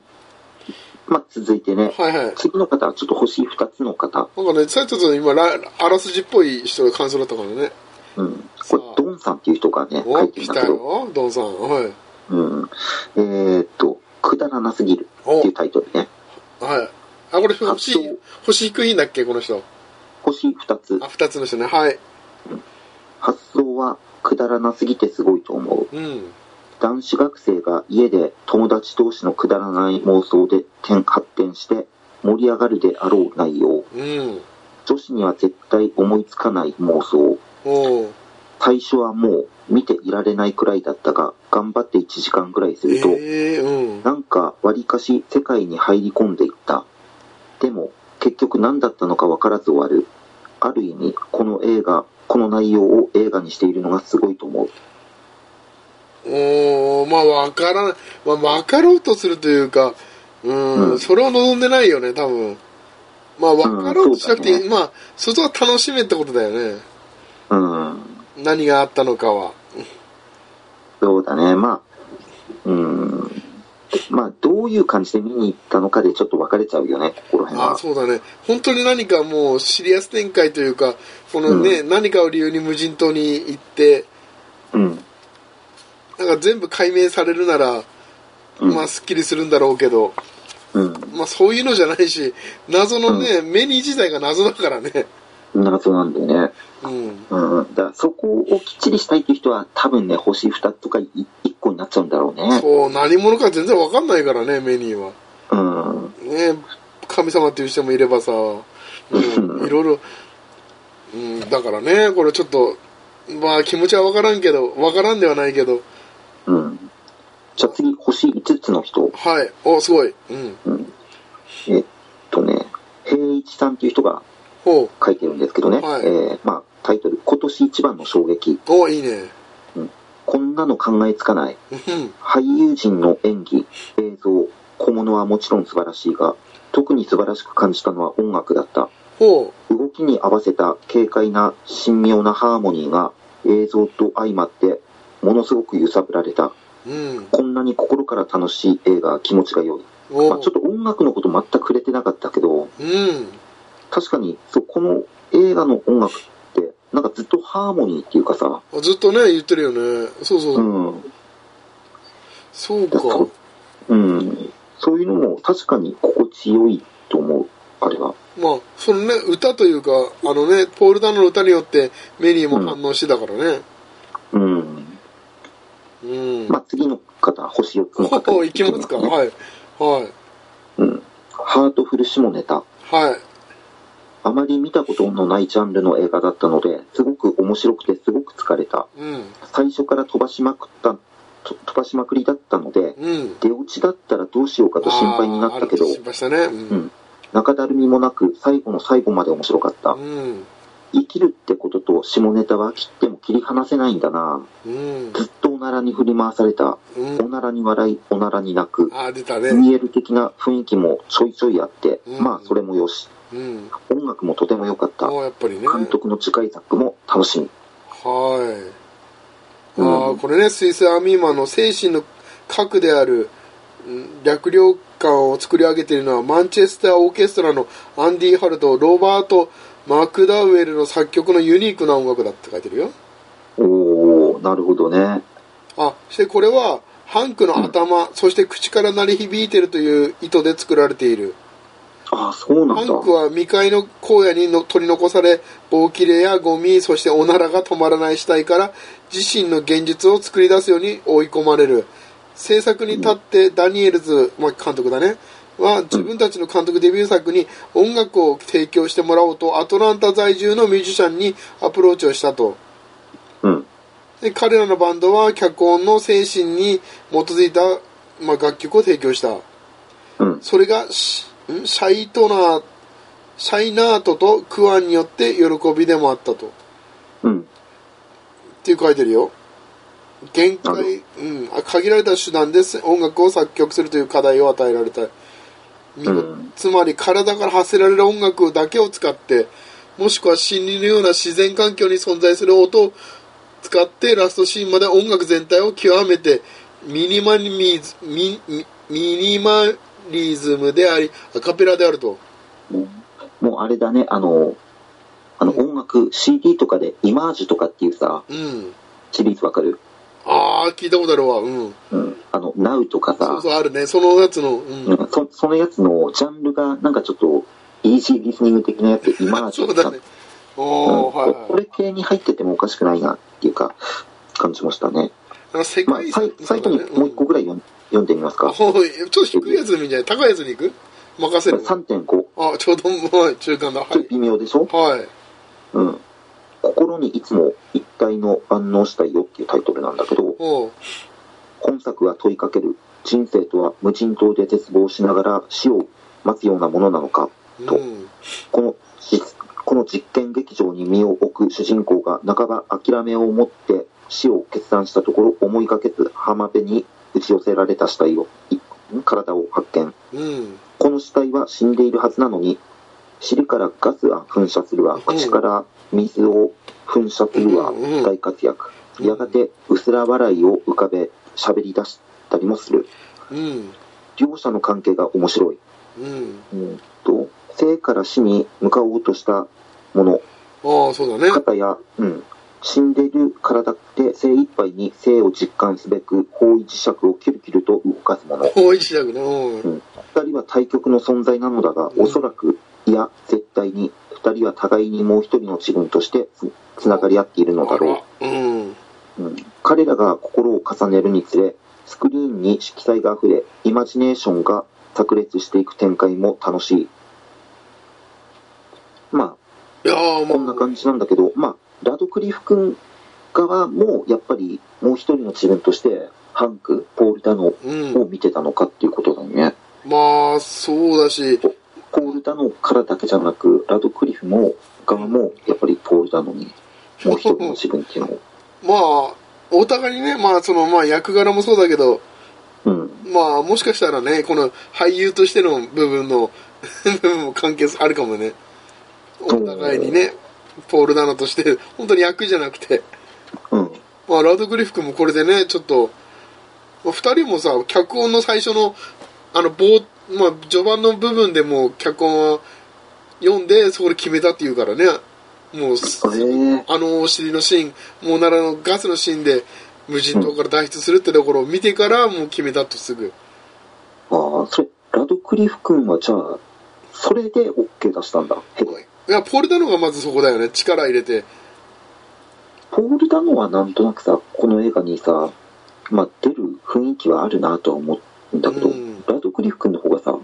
S1: まあ、続いてね、
S2: はいはい。
S1: 次の方はちょっと星2つの方。
S2: なんかね、さっきちょっと今、らあらすじっぽい人が感想だったからね。
S1: うん。これ
S2: さあ、
S1: ドンさんっていう人がね、書
S2: お、
S1: いてる
S2: 来
S1: んだ
S2: た
S1: けど、
S2: よ、ドンさん。はい。
S1: うん。えーっと、くだらなすぎるっていうタイトルね。
S2: はい。あ、これ、星
S1: 発想、
S2: 星低いんだっけ、この人。
S1: 星2つ
S2: あ、。二つの人ね。はい。
S1: 発想は、くだらなすぎてすごいと思う。
S2: うん。
S1: 男子学生が家で友達同士のくだらない妄想で点発展して盛り上がるであろう内容。
S2: うん。
S1: 女子には絶対思いつかない妄想。
S2: おう。
S1: 最初はもう見ていられないくらいだったが、頑張って1時間ぐらいす
S2: え
S1: ると、
S2: えうん。
S1: なんか割かし世界に入り込んでいった。でも結局何だったのか分からず終わる。ある意味、この映画、この内容を映画にしているのがすごいと思う。
S2: おー、まあ、わからない。まあ、わかろうとするというか、うん、
S1: うん
S2: それを望んでないよね、多分。まあ、わかろうとしなくていい。
S1: うんそうだ
S2: まあ、そこは楽しめってことだよね。
S1: うん。
S2: 何があったのかは。
S1: そうだね。まあ、うん。まあ、どういう感じで見に行ったのかでちょっと分かれちゃうよね、ここら辺
S2: あ
S1: は。
S2: そうだね。本当に何かもうシリアス展開というか、このね、何かを理由に無人島に行って、
S1: うん。
S2: なんか全部解明されるなら、
S1: うん
S2: まあ、すっきりするんだろうけど、
S1: うん。
S2: まあ、そういうのじゃないし、謎のね、メニー自体が謎だからね。
S1: 謎なんだよね。
S2: うん。
S1: うん。だからそこをきっちりしたいっていう人は多分ね、星2とか1個になっちゃうんだろうね。
S2: そう、何者か全然わかんないからね、メニーは。
S1: うん。
S2: ね、神様っていう人もいればさ、も ういろいろ、うん、だからね、これちょっと、まあ気持ちはわからんけど、わからんではないけど、
S1: うん。じゃあ次、星5つの人。
S2: はい。お、すごい。うん。
S1: えっとね、平一さんっていう人が
S2: ほう。
S1: 書いてるんですけどね。
S2: はい
S1: えーまあ、タイトル、今年一番の衝撃。
S2: お、いいね。
S1: こんなの考えつかない。
S2: うん。
S1: 俳優陣の演技、映像、小物はもちろん素晴らしいが、特に素晴らしく感じたのは音楽だった。
S2: ほ
S1: 動きに合わせた軽快な神妙なハーモニーが映像と相まってものすごく揺さぶられた。
S2: う。うん。
S1: こんなに心から楽しい映画、気持ちが良い。まあ、
S2: お
S1: ちょっと音楽のこと全く触れてなかったけど、
S2: うん。
S1: 確かにそうこの映画の音楽って、なんかずっとハーモニーっていうかさ、
S2: あずっとね、言ってるよね。そうそう。
S1: うん、
S2: そう
S1: だか
S2: か。
S1: らうん、そういうのも確かに心地よいと思う、あれは。
S2: まあ、そのね、歌というか、あのね、ポール・ダノの歌によって、メリーも反応してたからね。
S1: うん。
S2: うん。
S1: まあ、次の方、星4つの
S2: ほ
S1: 方
S2: ほ、
S1: に
S2: 行きますか。
S1: ね
S2: はい。はい。
S1: うん。ハートフル下ネタ。
S2: はい。
S1: あまり見たことのないジャンルの映画だったので、すごく面白くてすごく疲れた。
S2: うん。
S1: 最初から飛ばしまくった、と飛ばしまくりだったので、
S2: うん。
S1: 出落ちだったらどうしようかと心配になったけど
S2: あーある、心配したね。
S1: う
S2: う。
S1: んん中だるみもなく最後の最後まで面白かった。
S2: うん。
S1: 生きるってことと下ネタは切っても切り離せないんだな
S2: うん。
S1: ずっとおならに振り回された。
S2: うん
S1: お。ならに笑い、おならに泣く。
S2: あー、出たね。
S1: 見える的な雰囲気もちょいちょいあって、
S2: うん
S1: まあそれもよし。
S2: うん。
S1: 音楽もとても良かった。
S2: ああ、やっぱりね。
S1: 監督の次回作も楽しみ。
S2: はい。
S1: うん
S2: ああ、これね、スイスアーミーマンの精神の核である、うん略量感を作り上げているのは、マンチェスターオーケストラのアンディ・ハルとロバート・マクダウェルの作曲のユニークな音楽だって書いてるよ。
S1: おー、なるほどね。
S2: あ、そしてこれは、ハンクの頭、そして口から鳴り響いてるという意図で作られている。
S1: あ、そうな
S2: ハ
S1: んだ。
S2: ンクは未開の荒野にの取り残され、棒切れやゴミ、そしておならが止まらない死体から自身の現実を作り出すように追い込まれる。制作に立ってダニエルズ、まあ、監督だね、は自分たちの監督デビュー作に音楽を提供してもらおうとアトランタ在住のミュージシャンにアプローチをしたと。
S1: うん。
S2: で彼らのバンドは脚本の精神に基づいた、まあ、楽曲を提供した。
S1: うん。
S2: それがシんシャイトナーシャイナートとクアンによって喜びでもあったとっ
S1: うん。
S2: ていう書いてるよ限
S1: なる
S2: 界、うん、あ限られた手段で音楽を作曲するという課題を与えられた、
S1: ん
S2: つまり体から発せられる音楽だけを使ってもしくは森林のような自然環境に存在する音を使ってラストシーンまで音楽全体を極めてミニマリミズミミミニマリズムであり、アカペラであると。
S1: もうもうあれだね、あの、あの音楽、CD とかで、イマージュとかっていうさ、
S2: うん。
S1: シリーズわかる
S2: ああ、聞いたことあるわ。うん。
S1: うん。あの、NOW とか
S2: そう
S1: さ、
S2: そう、あるね。そのやつの。うん。
S1: うんそそのやつのジャンルが、なんかちょっと、イージーリスニング的なやつ、イマージュ
S2: そう
S1: とか
S2: だね。
S1: うん
S2: おお、はい
S1: こ
S2: はい。
S1: れ系に入っててもおかしくないなっていうか、感じましたね。
S2: なんか世
S1: まあ、
S2: 界遺
S1: サイ
S2: 産
S1: サイトにもう一個ぐらい読ん読んでみます
S2: あ
S1: か。
S2: ほうちょっと低いやつでもいいんじゃない高いやつに行く任せる
S1: 3.5。
S2: あ、ちょうどもう中間だ。は
S1: ちょっと微
S2: い。
S1: 妙でしょ
S2: はい。
S1: うん。心にいつも一体の反応したいよっていうタイトルなんだけど、
S2: おう
S1: 本作は問いかける人生とは無人島で絶望しながら死を待つようなものなのかと、
S2: うん。
S1: このしこの実験劇場に身を置く主人公が半ば諦めを持って死を決断したところ思いがけず浜辺に打ち寄せられた死体をい体を発見
S2: うん。
S1: この死体は死んでいるはずなのに尻からガスは噴射するわ口から水を噴射するわ
S2: うんうん
S1: 大活躍
S2: うん
S1: やがてうすら笑いを浮かべ喋り出したりもする
S2: うん。
S1: 両者の関係が面白い
S2: うん。
S1: うんと生から死に向かおうとしたもの
S2: ああ、そうだね。
S1: 方や、うん、死んでいる体で精一杯に生を実感すべく方位磁石をキュルキュルと動かすもの
S2: 大石だけど、うん。
S1: 二人は対極の存在なのだが
S2: うん
S1: おそらくいや絶対に二人は互いにもう一人の自分としてつつながり合っているのだろ
S2: う。うん。
S1: う、うん、彼らが心を重ねるにつれスクリーンに色彩があふれイマジネーションが炸裂していく展開も楽しいまあ
S2: いやーもう。
S1: こんな感じなんだけど、まあ、ラドクリフ君側も、やっぱり、もう一人の自分として、ハンク、ポール・ダノ
S2: うん
S1: を。見てたのかっていうことだよね。
S2: まあ、そうだし、
S1: ポール・ダノからだけじゃなく、ラドクリフも、側も、やっぱりポール・ダノに、もう一人の自分っていうのを、
S2: まあ、お互いにね、まあ、その、まあ、役柄もそうだけど、
S1: うん、
S2: まあ、もしかしたらね、この俳優としての部分の、 部分も関係あるかもね。お互いにね、ポール・ダノとして、本当に役じゃなくて、
S1: うん、
S2: まあ、ラドクリフ君もこれでね、ちょっと、まあ二人もさ、脚本の最初の、あの、棒、まあ、序盤の部分でもう脚本は読んで、そこで決めたっていうからね、もうす、
S1: あれ、
S2: あのお尻のシーン、もうならのガスのシーンで、無人島から脱出するってところを見てから、もう決めたとすぐ。
S1: ああ、それ、ラドクリフ君は、じゃあ、それで OK 出したんだ。へ
S2: いや、ポールダノがまずそこだよね、力入れて。
S1: ポール・ダノはなんとなくさ、この映画にさ、まあ、出る雰囲気はあるなとは思うんだけど、
S2: うん
S1: ラドクリフ君の方がさ、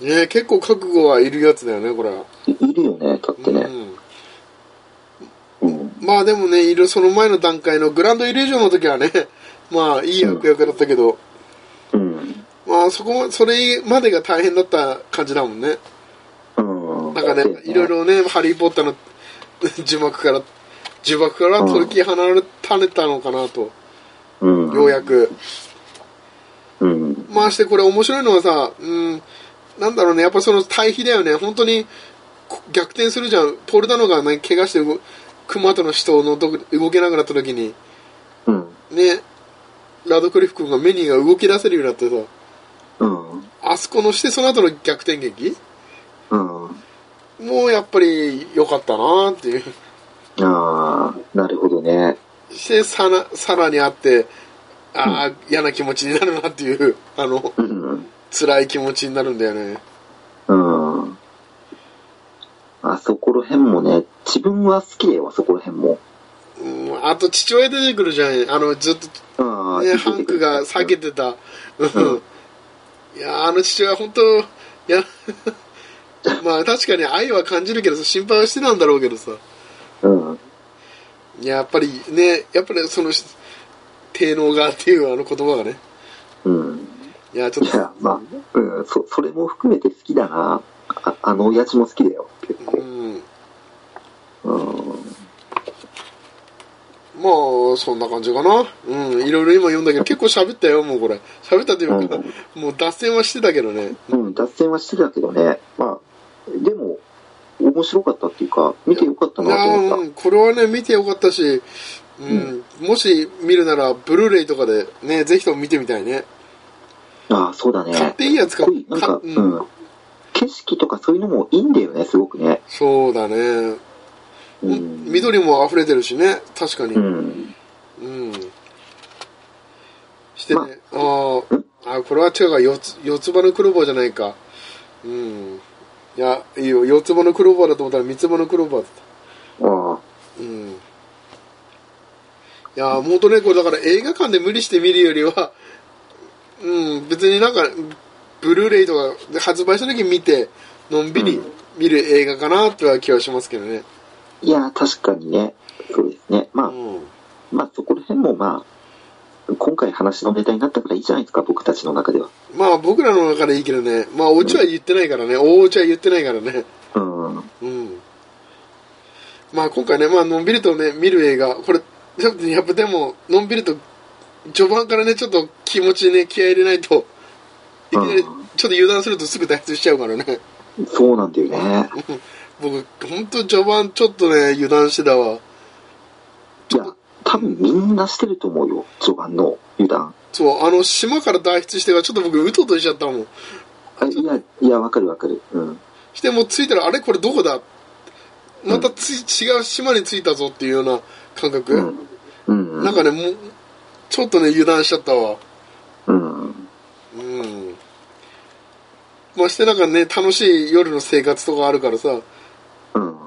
S2: ね結構覚悟はいるやつだよね、これは。
S1: いいるよね、だって
S2: う
S1: ね。
S2: ん。
S1: うん。
S2: まあでもね、いろその前の段階のグランドイリュージョンの時はね、 まあいい役役だったけど、
S1: うん。
S2: まあそこま、それまでが大変だった感じだもんね。
S1: うん。
S2: なんか
S1: だって
S2: ね、いろい。ろね、ハリー・ポッターの 呪幕から、呪縛から
S1: うん
S2: 解き放たれたのかなと、
S1: うん。
S2: ようやく。
S1: うん。
S2: まあしてこれ面白いのはさ、うん、なんだろうね、やっぱその対比だよね、本当にこ逆転するじゃん。ポルダノがね、怪我して動熊との死闘のと動けなくなった時に、
S1: うん。
S2: ね、ラドクリフ君がメニーが動き出せるようになってさ、
S1: うん。
S2: あそこのしてその後の逆転劇
S1: うん。
S2: もうやっぱり良かったなっていう。
S1: ああ、なるほどね。
S2: して、さら、さらにあって、ああ、嫌な気持ちになるなっていう、あの、
S1: うん。
S2: 辛い気持ちになるんだよね。
S1: うん。あそこら辺もね、自分は好きだよ、あそこら辺も。
S2: うん、あと父親出てくるじゃん。あの、ずっと
S1: ああ、
S2: ね、
S1: 生き
S2: ハ
S1: て
S2: ン
S1: く
S2: ク
S1: る
S2: が避けてた。うん。いやーあの父親、本当いや、 まあ確かに愛は感じるけど、心配はしてたんだろうけどさ。
S1: うん。
S2: いや、やっぱりね、やっぱりその、低能がっていうあの言葉がね。
S1: うん。
S2: いや、ちょ
S1: い
S2: っと
S1: や、、まあ、うん、そ、それも含めて好きだな。ああの親父も好きだよ、結
S2: う
S1: 構。
S2: ん。
S1: うん。
S2: まあ、そんな感じかな。うん、いろいろ今読んだけど、結構喋ったよ、もうこれ。喋ったというか、もう脱線はしてたけどね。
S1: うん、脱線はしてたけどね。まあ、でも、面白かったっていうか、見てよかった
S2: い
S1: な
S2: や
S1: と思った。
S2: うん、これはね、見てよかったし、うん、もし見るなら、ブルーレイとかでね、ぜひとも見てみたいね。
S1: ああ、そうだね。
S2: 買っていいやつ
S1: す
S2: か
S1: ごい、なんか、
S2: か
S1: うん、景色とかそういうのもいいんだよね、すごくね。
S2: そうだね、
S1: うん。
S2: 緑も溢れてるしね確かに
S1: う
S2: うん、
S1: ん。
S2: してね、
S1: ま
S2: あーあーこれは違うか四つ四つ葉の黒棒じゃないかうんいやいいよ四つ葉の黒棒だと思ったら三つ葉の黒棒だった
S1: ああ、
S2: うんいやー本当ねこれだから映画館で無理して見るよりはうん別になんかブルーレイとかで発売した時見てのんびり
S1: うん
S2: 見る映画かなとは気はしますけどね
S1: いや、確かにね。そうですね。まあ、
S2: うん
S1: まあ、そこら辺もまあ、今回話のネタになったからいいじゃないですか、僕たちの中では。
S2: まあ僕らの中でいいけどねまあオチは言ってないからね大オチは言ってないからね
S1: うん。うん。
S2: うんまあ今回ねまあのんびりとね見る映画これちょっとやっぱでものんびりと序盤からねちょっと気持ちね気合い入れないといきなりちょ
S1: うん
S2: っと油断するとすぐ脱出しちゃうからね
S1: そうなんだよね。
S2: 僕ほんと序盤ちょっとね油断してたわ
S1: いや、多分みんなしてると思うよ、序盤の油断。
S2: そうあの島から脱出してからちょっと僕うとうとしちゃったもん
S1: あいや、いや、わかるわかる。うん。
S2: してもう着いたらあれこれどこだまたつい違う島に着いたぞっていうような感覚、
S1: うん。うん。
S2: なんかねもうちょっとね油断しちゃったわ
S1: うん。
S2: うんましてなんかね楽しい夜の生活とかあるからさね
S1: うん。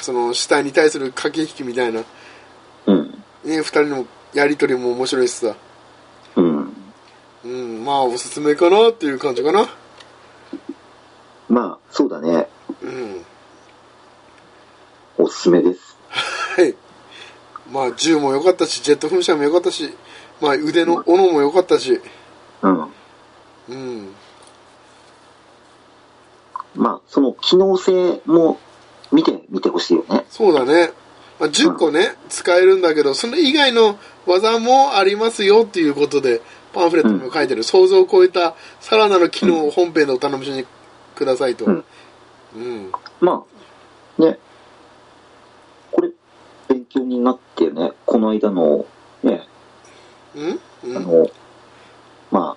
S2: その死体に対する駆け引きみたいなね
S1: うん。
S2: 二人のやり取りも面白いしさ
S1: うん。
S2: うんまあおすすめかなっていう感じかな
S1: まあ、そうだね。
S2: うん
S1: おすすめです。
S2: はいまあ銃も良かったしジェット噴射も良かったしまあ腕の斧も良かったし
S1: うん。
S2: うん
S1: まあ、その機能性も見てみてほしいよね。
S2: そうだね、まあ、10個ね、使えるんだけどそれ以外の技もありますよっていうことでパンフレットにも書いてる、想像を超えたさらなる機能を本編でお楽しみくださいと、う
S1: うんんまあ、ね。これ、勉強になってね、この間の、ね、
S2: うんう
S1: あ
S2: ん、
S1: の、まあ、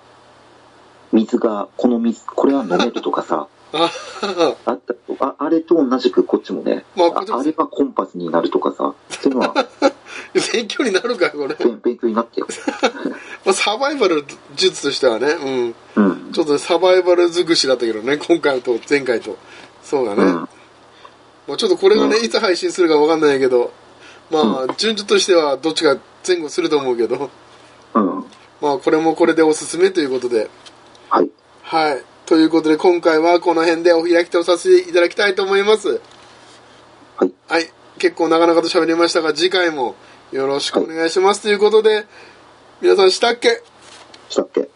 S1: 水が、この水、これは飲めるとか さ、
S2: あ
S1: あったああれと同じくこっちもね、
S2: まあ
S1: あ
S2: こっちも
S1: あれはコンパスになるとかさ、そういうのは
S2: 勉強になるかこれ、ま
S1: 勉勉強になってよ。
S2: あ、サバイバル術としてはね、うん、
S1: う ん。
S2: ちょっとサバイバル尽くしだったけどね今回と前回とそうだね、
S1: うん。
S2: まあ、ちょっとこれがね、
S1: うん
S2: いつ配信するかわかんないけどまあ順序としてはどっちか前後すると思うけど
S1: うん。
S2: まあこれもこれでおすすめということで
S1: はい。
S2: はい。ということで、今回はこの辺でお開きとさせていただきたいと思います。
S1: はい。
S2: はい。結構なかなかと喋りましたが、次回もよろしくお願いします。ということで、皆さんしたっけ
S1: したっけ